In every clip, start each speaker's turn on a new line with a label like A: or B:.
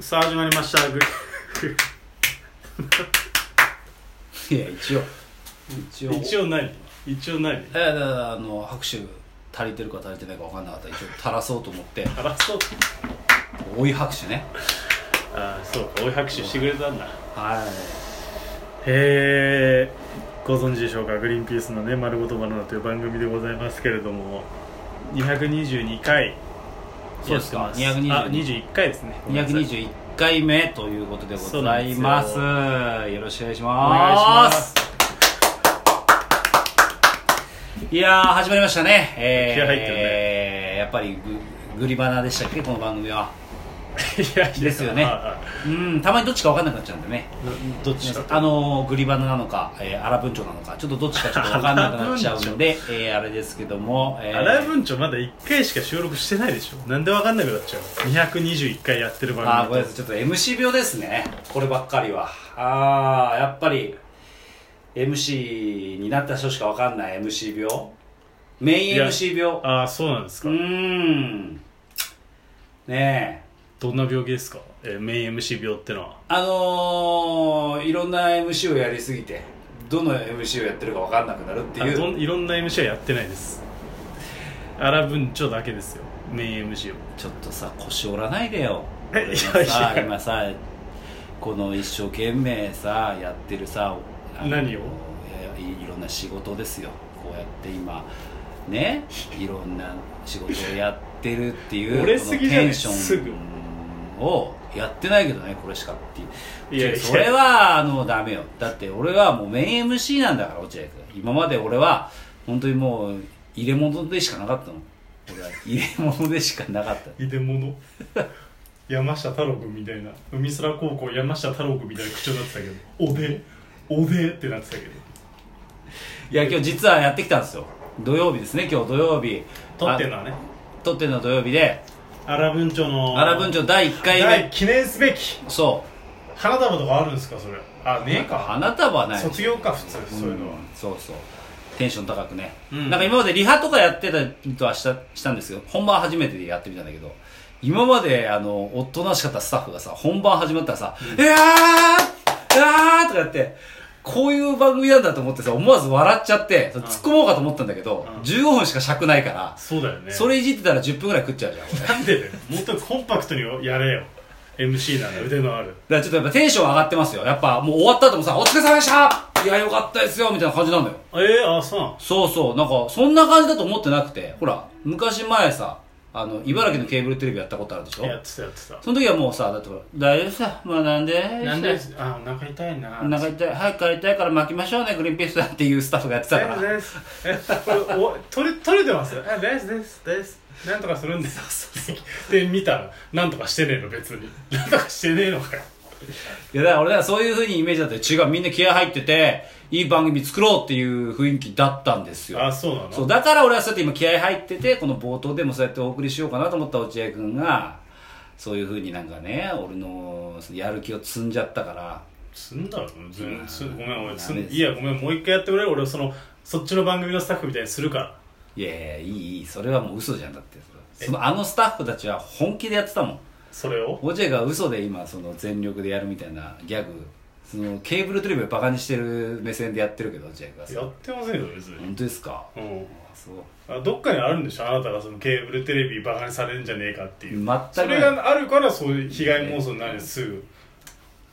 A: さあ始まりましたグ
B: いや一応一 応
A: 一応何一応何
B: えだからあの拍手足りてるか足りてないか分かんなかった一応垂らそうと思って
A: あらそう
B: 追い拍手ね
A: ああそうかおい拍手してくれたんだへ
B: はい
A: えご存知でしょうかグリーンピースのね「丸ごとバナナ」という番組でございますけれども222回
B: そうですか
A: やってますあ
B: 222
A: 21回ですねごめんなさい
B: 221回目ということでございます
A: そう
B: よろしくお
A: お願
B: 願いし
A: いしま
B: ますすいやー始まりましたねえー
A: 気合入ってるね
B: やっぱりググリバナでしたっけこの番組はい
A: やいや
B: ですよね
A: あああ
B: うんたまにどっちか分かんなくなっちゃうんでね
A: などっちだ
B: あのグリバナなのか、えー、アラ文鳥なのかちょっとどっちかちょっと分かんなくなっちゃうので、えー、あれですけども、えー
A: 荒井文鳥まだ1回しか収録してないでしょなんでわかんなくなっちゃうの221回やってる番組
B: あーごめんなさいちょっと MC 病ですねこればっかりはああやっぱり MC になった人しか分かんない MC 病メイン MC 病
A: ああそうなんです
B: う
A: か、
B: ーんねえ
A: どんな病気ですか、えー、メイン MC 病ってのは
B: あのー、いろんな MC をやりすぎてどの MC をやってるか分かんなくなるって
A: あど
B: いうん
A: いろんな MC はやってないです アラ文鳥だけですよメイン MC を
B: ちょっとさ腰折らないでよ
A: え
B: 俺
A: いやい
B: がさ
A: や
B: 今さこの一生懸命さやってるさあの
A: 何を
B: いやいいろんな仕事ですよこうやって今ねいろんな仕事をやってるっていう
A: 折れすぎじゃない
B: このテンション
A: すぐ
B: をやってないけどねこれしかって
A: い
B: いう
A: やいや
B: それはあのダメよだって俺はもうメイン MC なんだから落合君今まで俺は本当にもう入れ物でしかなかったの俺は入れ物でしかなかった
A: 入れ物 山下太郎君みたいな海空高校山下太郎君みたいな口調になってたけどおでおでってなってたけど
B: いや今日実はやってきたんですよ土曜日ですね今日土曜日
A: 撮ってん
B: あ
A: のはね
B: 撮ってんのは土曜日で
A: アラ文鳥の
B: 荒文鳥第1回
A: 第
B: 目
A: 記念すべき
B: そう
A: 花束とかあるんですかそれあねえか
B: 花束はない
A: 卒業か普通そういうのは、
B: んそうそうテンション高くね、
A: うん
B: なんか今までリハとかやってたりとはしたしたんですけど本番初めてでやってみたんだけど今まであのおとなしかったスタッフがさ本番始まったらさ「いやーあー!」とかやってこういう番組なんだと思ってさ思わず笑っちゃって突っ込もうかと思ったんだけど、
A: うん
B: 15分しか尺ないから、
A: そうだよね
B: それいじってたら10分ぐらい食っちゃうじゃん俺だか
A: なんでだよ もっとコンパクトにやれよ MC なら腕のある
B: らちょっとやっぱテンション上がってますよやっぱもう終わった後もさ「お疲れ様でしたいやよかったですよ」みたいな感じなんだよ
A: えー、あそうなん
B: そうそう、なんか、そんな感じだと思ってなくて、ほら、昔前さ、あの、茨城のケーブルテレビやったことあるでしょ
A: やってたやってた
B: その時はもうさ、だってほら、大丈夫さ、まあなんで
A: なんであお腹痛いな
B: お腹痛い、早く帰りたいから巻きましょうね、グリーンピースだっていうスタッフがやってたか
A: 大
B: ら。
A: 丈夫ですえこれお取れ取れてますあ大丈夫です大丈夫ですなんとかするんですで見たらなんとかしてねえの別になんとかしてねえのかよ
B: いや、だから俺はそういう風にイメージだったよ違う、みんな気合入ってて、いい番組作ろうっていう雰囲気だったんですよ。
A: あそうなの
B: そう、だから俺はそうやって今気合入ってて、この冒頭でもそうやってお送りしようかなと思った落合くんが、そういう風になんかね、俺のそのやる気を積んじゃったから、
A: すんだろ全然すごめん俺す
B: ダメ
A: ん
B: です
A: いやごめんもう一回やってくれ俺そのそっちの番組のスタッフみたいにするから
B: いやいやいいいいそれはもう嘘じゃんだってそれそのあのスタッフたちは本気でやってたもん
A: それを
B: オジェが嘘で今その全力でやるみたいなギャグそのケーブルテレビをバカにしてる目線でやってるけどオジェが
A: やってませんよ別に
B: 本当ですか、
A: うん
B: あそう
A: あどっかにあるんでしょあなたがそのケーブルテレビバカにされるんじゃねえかっていう
B: 全くない
A: それがあるからそういう被害妄想になるんですすぐ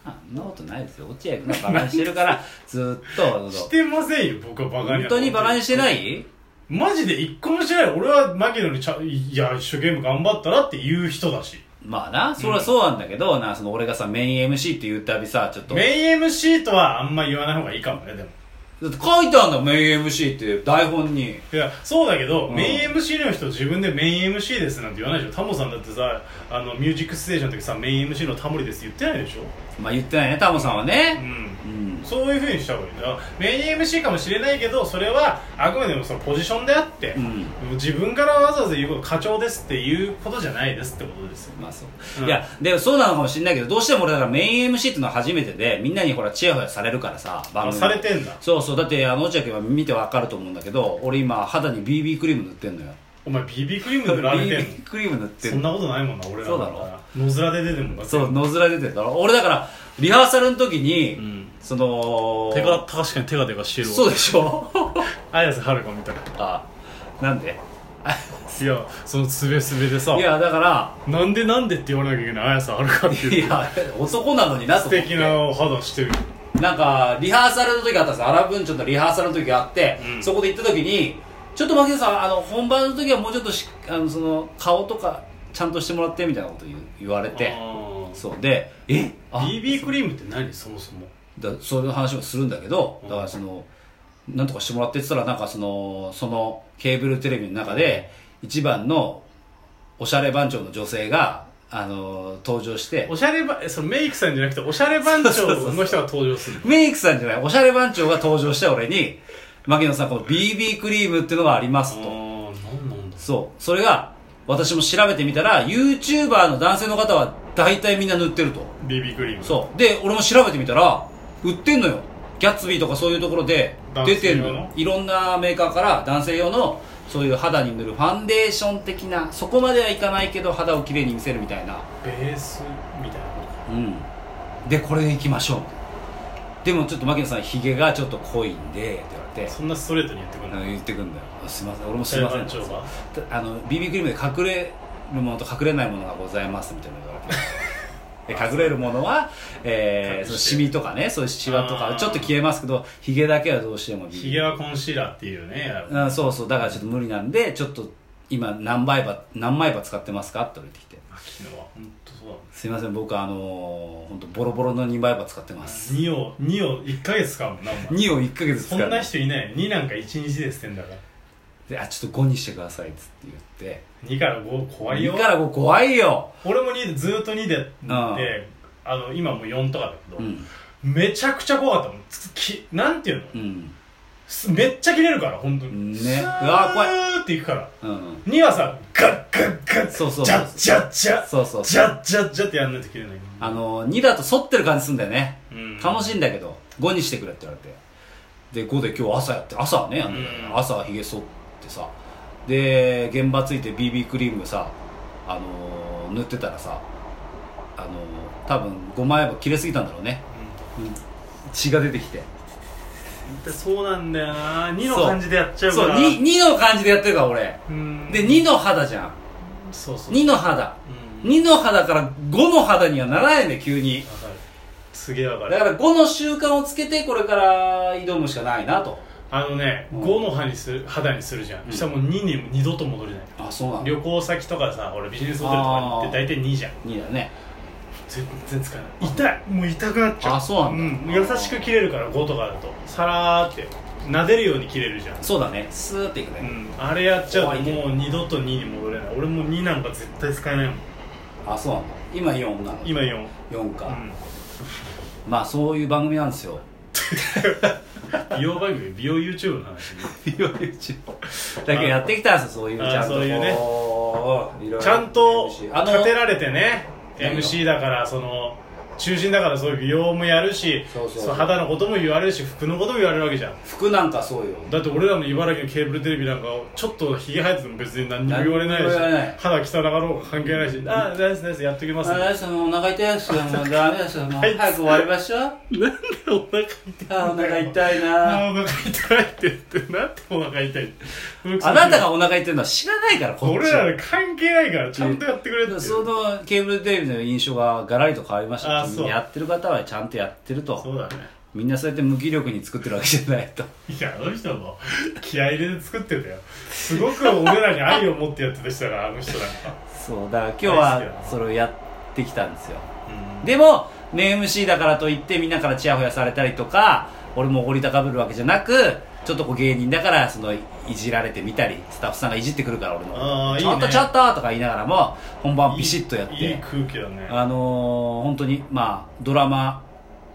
B: あんなことないですよ落合君がバカにしてるからずっと
A: してませんよ僕はバカに
B: 本当にバカにしてないい
A: マジで一個もしてない俺は牧野にちゃんいや一生懸命頑張ったなって言う人だし
B: まあなそれはそうなんだけど、なその俺がさメイン MC って言うたびさちょっと
A: メイン MC とはあんま言わない方がいいかもねでも
B: だって書いてあるんだメイン MC って台本に
A: いやそうだけど、
B: うん
A: メイン MC の人自分でメイン MC ですなんて言わないでしょタモさんだってさあのミュージックステーションの時さメイン MC のタモリですって言ってないでしょ
B: まあ言ってないねタモさんは
A: う
B: ね
A: ん
B: うん
A: そういうふうにした方がいいんだよメイン MC かもしれないけどそれはあくまでもそのポジションであって、
B: うん
A: 自分からわざわざ言うこと課長ですっていうことじゃないですってことですよ
B: まあそう、
A: うん
B: いやでもそうなのかもしれないけどどうしても俺だからメイン MC っていうのは初めてでみんなにほらチヤホヤされるからさ
A: あされてんだ
B: そうそうだってあの落合君は見てわかると思うんだけど俺今肌に BB クリーム塗ってんのよ
A: お前 BB クリーム塗られてんの
B: BB クリーム塗って
A: そ
B: る
A: んなことないもんな俺ら
B: そうだろ
A: から野面で出てるもんだって
B: そう野面出てるだろ俺だからリハーサルの時に、
A: ん
B: その
A: 手が確かに手がでかしてるわ
B: そうで しょ
A: 綾瀬はるかみたいな
B: あなんで
A: いやそのすべすべでさ
B: いやだから
A: なんでなんでって言わなきゃいけない綾瀬はるかって
B: い
A: いう
B: や男なのになと
A: 素
B: 思って
A: 敵な肌してる
B: なんかリハーサルの時あったんですよアラブンチョンのリハーサルの時があって、
A: うん
B: そこで行った時にちょっと牧田さんあの本番の時はもうちょっとしあのその顔とかちゃんとしてもらってみたいなこと言う言われて
A: あー
B: そうでえあ
A: BB クリームって何そもそも
B: だそういう話をするんだけど
A: うん
B: だからそのなんとかしてもらってって言ったらなんかそのそのケーブルテレビの中で一番のおしゃれ番長の女性があの登場して
A: おしゃればえそのメイクさんじゃなくておしゃれ番長の人が登場する
B: メイクさんじゃないおしゃれ番長が登場して俺に牧野さんこの BB クリームっていうのがありますと
A: ああ何なんだ
B: そうそれが私も調べてみたら YouTuber の男性の方は大体みんな塗ってると
A: BB クリームう
B: そうで俺も調べてみたら売ってんのよギャッツビーとかそういうところで出てるのよ
A: 男
B: いろんなメーカーから男性用のそういう肌に塗るファンデーション的なそこまではいかないけど肌をきれいに見せるみたいな
A: ベースみたいなことか
B: うんでこれでいきましょうみたいなでもちょっと牧野さんひげがちょっと濃いんでって言われて
A: そんなストレートに言ってくる
B: あ
A: の
B: の言ってくんだよあすいません俺も
A: おし
B: す
A: ゃ
B: い
A: れ
B: ません
A: 番長が
B: あの BB クリームで隠れるものと隠れないものがございますみたいなのが あるで隠れるものは、え
A: 隠して
B: ー、そのシミとかねそういうシワと
A: あー
B: かちょっと消えますけどヒゲだけはどうしても
A: ヒゲはコンシーラーっていうねやる
B: うんそうそうだからちょっと無理なんでちょっと今何枚刃何枚刃使ってますかって言われてきて
A: 秋野は本当そうだもん
B: すいません僕あのー、本当ボロボロの2枚刃使ってます
A: 2を2を1ヶ月使うもんなお前
B: 2を1ヶ月使
A: そ
B: うん
A: な人いない2なんか1日ですってんだから
B: であちょっと5にしてくださいっつって言って
A: 2から5怖いよ
B: 2から5怖いよ
A: 俺も2ずーっと2でって
B: ああ
A: あの今もう4とかだけど、
B: うん
A: めちゃくちゃ怖かったもんつきなんていうの
B: うん
A: すめっちゃ切れるから本当に
B: ね
A: スー
B: うわ怖い
A: っていくから
B: うん
A: 2はさガッガッガッ
B: そうそう
A: ジャッジャッジャッ
B: そうそう
A: ジャッジャッジャッってやんないと切れない
B: あの2だと反ってる感じするんだよね
A: うん
B: 楽しいんだけど5にしてくれって言われてで5で今日朝やって朝はねやんだけど
A: うん
B: 朝はひげ剃ってさで現場ついて BB クリームさあのー塗ってたらさあのー多分5枚刃切れすぎたんだろうね血が出てきて
A: うんそうなんだよな2の
B: そう
A: 感じでやっちゃうか
B: そう
A: ら
B: 2, の感じでやってるから俺
A: うん
B: で2の肌じゃん
A: そうそう
B: 2の肌
A: うん
B: 2の肌から5の肌にはならないんだよ急に
A: わかるすげえわかる
B: だから5の習慣をつけてこれから挑むしかないなと
A: あのね
B: うん
A: 5の歯にする肌にするじゃん
B: うん
A: したらもう2にも二度と戻れない
B: あそうなんだ
A: 旅行先とかさ俺ビジネスホテルとかに行って大体2じゃん
B: 2だね
A: 全然使えない痛いもう痛くなっちゃう
B: あそうなんだ
A: ん、優しく切れるから5とかだとさらーって撫でるように切れるじゃん
B: そうだねスーっていく
A: う
B: ね、
A: ん、あれやっちゃうと
B: 怖いね
A: もう二度と2に戻れない俺もう2なんか絶対使えないもん
B: あそうなんだ今4なの
A: 今4、うん、
B: 4か、まあそういう番組なんですよ
A: 美容番組美容 YouTube の話ね
B: だけどやってきたんですよそういうち
A: あ
B: ゃんと
A: そういうね
B: こういろいろ
A: ちゃんと
B: あの
A: 立てられてね
B: 何が
A: MC だからその中心だからそういう美容もやるし
B: そうそう
A: の肌のことも言われるし服のことも言われるわけじゃん
B: 服なんかそうよ
A: だって俺らの茨城のケーブルテレビなんかちょっとひげ生えてても別に何にも言われない
B: 何
A: し
B: にも言われない
A: 肌汚かろうが関係ないし「ああナイスナイスやっときます」
B: あれですよお腹痛いですよもうダメですよもう早く終わりましょう
A: なんでお腹痛い
B: あーお腹痛い
A: あ
B: な
A: ーお腹痛いって言ってなんでお腹痛いって
B: あなたがお腹痛いのは知らないからこっちは
A: 俺らで関係ないからちゃんとやってくれって
B: そのケーブルテレビの印象がガラリと変わりました
A: あ
B: ね
A: そう
B: やってる方はちゃんとやってると
A: そうだね
B: みんなそうやって無気力に作ってるわけじゃないと
A: いやあの人も気合い入れて作ってたよすごく俺らに愛を持ってやってた人だからあの人なんか
B: そうだから今
A: 大好
B: 日
A: きだ
B: は
A: な
B: それをやってきたんですよ
A: うん
B: でも名 MC だからといってみんなからチヤホヤされたりとか俺もおごり高ぶるわけじゃなくちょっとこう芸人だからそのいじられてみたりスタッフさんがいじってくるから俺も
A: あーいい
B: ちょ
A: ね
B: っとちょっととか言いながらも本番ビシッとやって
A: いいいい空気だね
B: あのー本当に、まあ、ドラマ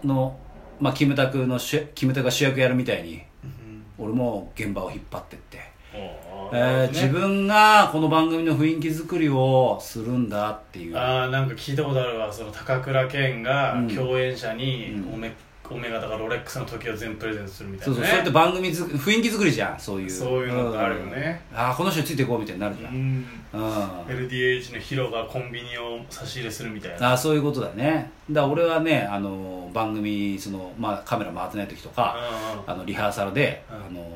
B: の、まあ、キムタクの主キムタクが主役やるみたいに
A: うん
B: 俺も現場を引っ張ってって、
A: お
B: え
A: ー
B: ー自分がこの番組の雰囲気作りをするんだっていう
A: あーなんか聞いたことあるわその高倉健が
B: うん
A: 共演者に
B: うん
A: おめ、オメガだからロレックスの時計を全部プレゼントするみたい
B: そう
A: な、
B: そ
A: ね、
B: う、そうやって番組づく雰囲気作りじゃんそういう
A: そういうのってあるよね、
B: うんああこの人についていこうみたいになるじゃん、
A: う
B: うん
A: ん
B: あ
A: LDH のヒロがコンビニを差し入れするみたいな
B: あそういうことだねだから俺はねあの番組その、まあ、カメラ回ってない時とか、
A: うん
B: あのリハーサルで、
A: うん
B: あの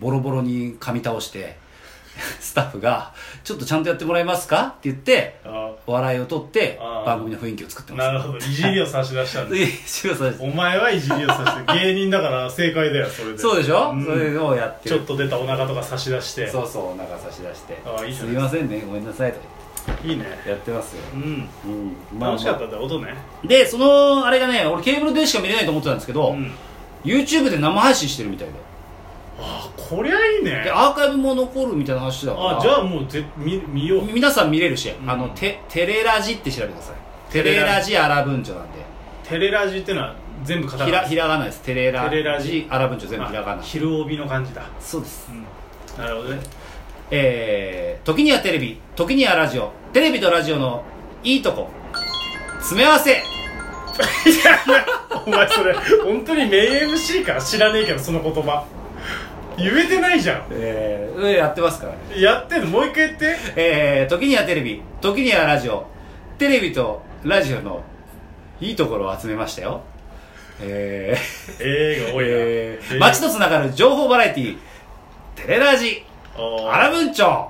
B: ボロボロに噛み倒して スタッフが「ちょっとちゃんとやってもらえますか?」って言って
A: あ
B: 笑いを取って
A: あー
B: 番組の雰囲気を作ってます
A: なるほどいじりを差し出したんだ
B: いや柴田さん
A: お前はいじりをさして芸人だから正解だよそれで
B: そうでしょ、
A: うん
B: それをやって
A: ちょ
B: る
A: っと出たお腹とか差し出して
B: そうそうお腹差し出して
A: ああいいじ
B: す
A: ゃ
B: い
A: ない
B: ませんねごめんなさい」とか
A: いいね
B: 言ってやってますよ、
A: うん
B: うんまあまあ
A: 楽しかったんだ音ね
B: でそのあれがね俺ケーブルでしか見れないと思ってたんですけど、
A: うん
B: YouTube で生配信してるみたいで
A: あこりゃいい
B: で
A: ね
B: アーカイブも残るみたいな話だから
A: あじゃあもうぜ見見よう
B: 皆さん見れるし、
A: ん
B: あのテテレラジって調べてくださいテ
A: テ
B: レ
A: レ
B: ラ
A: ラ
B: ジアラ文書なんで
A: テレラジってのは全部カタ
B: ひ
A: カ
B: ら
A: ナ
B: ひらがなですテレラ
A: テレラジ
B: アラ文書全部ひらがな
A: あ昼帯の感じだ
B: そうです
A: うんなるほ どね
B: えー、時にはテレビ時にはラジオテレビとラジオのいいとこ詰め合わせ
A: お前それ本当にメイン MC から知らねえけどその言葉言えてないじゃん
B: えー、やってますからね
A: やってんのもう一回言って
B: えー、時にはテレビ時にはラジオテレビとラジオのいいところを集めましたよえー
A: ええが多いな、
B: えー、 街とつながる情報バラエティテレラジ
A: と
B: アラ文鳥
A: あ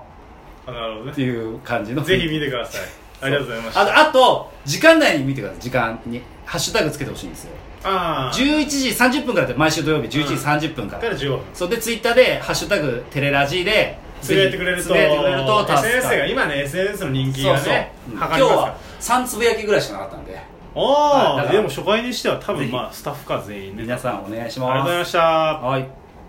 A: なるほど
B: って
A: ね
B: いう感じの
A: ぜひ見てくださいありがとうございましたあ
B: ああと時間内に見てください時間にハッシュタグつけてほしいんですよ
A: あー
B: 11時30分からって毎週土曜日11時30分から、
A: から15分
B: それでツイッターで「ハッシュタグテレラジ」で
A: つぶやいてくれる
B: つ
A: と
B: ぶやいてくれると助かる
A: SNS が今ね SNS の人気
B: そう
A: が
B: そう
A: ね、
B: うん今
A: 測
B: 日
A: りますか
B: は
A: ら
B: 3つぶやきぐらいしかなかったんで
A: あ
B: はいだか
A: あ
B: ら
A: でも初回にしては多
B: ぜ
A: 分
B: ひ
A: まあスタッフか全員ねあり
B: 皆さんお願いし
A: がとう
B: ま
A: ござい
B: す
A: ました
B: はい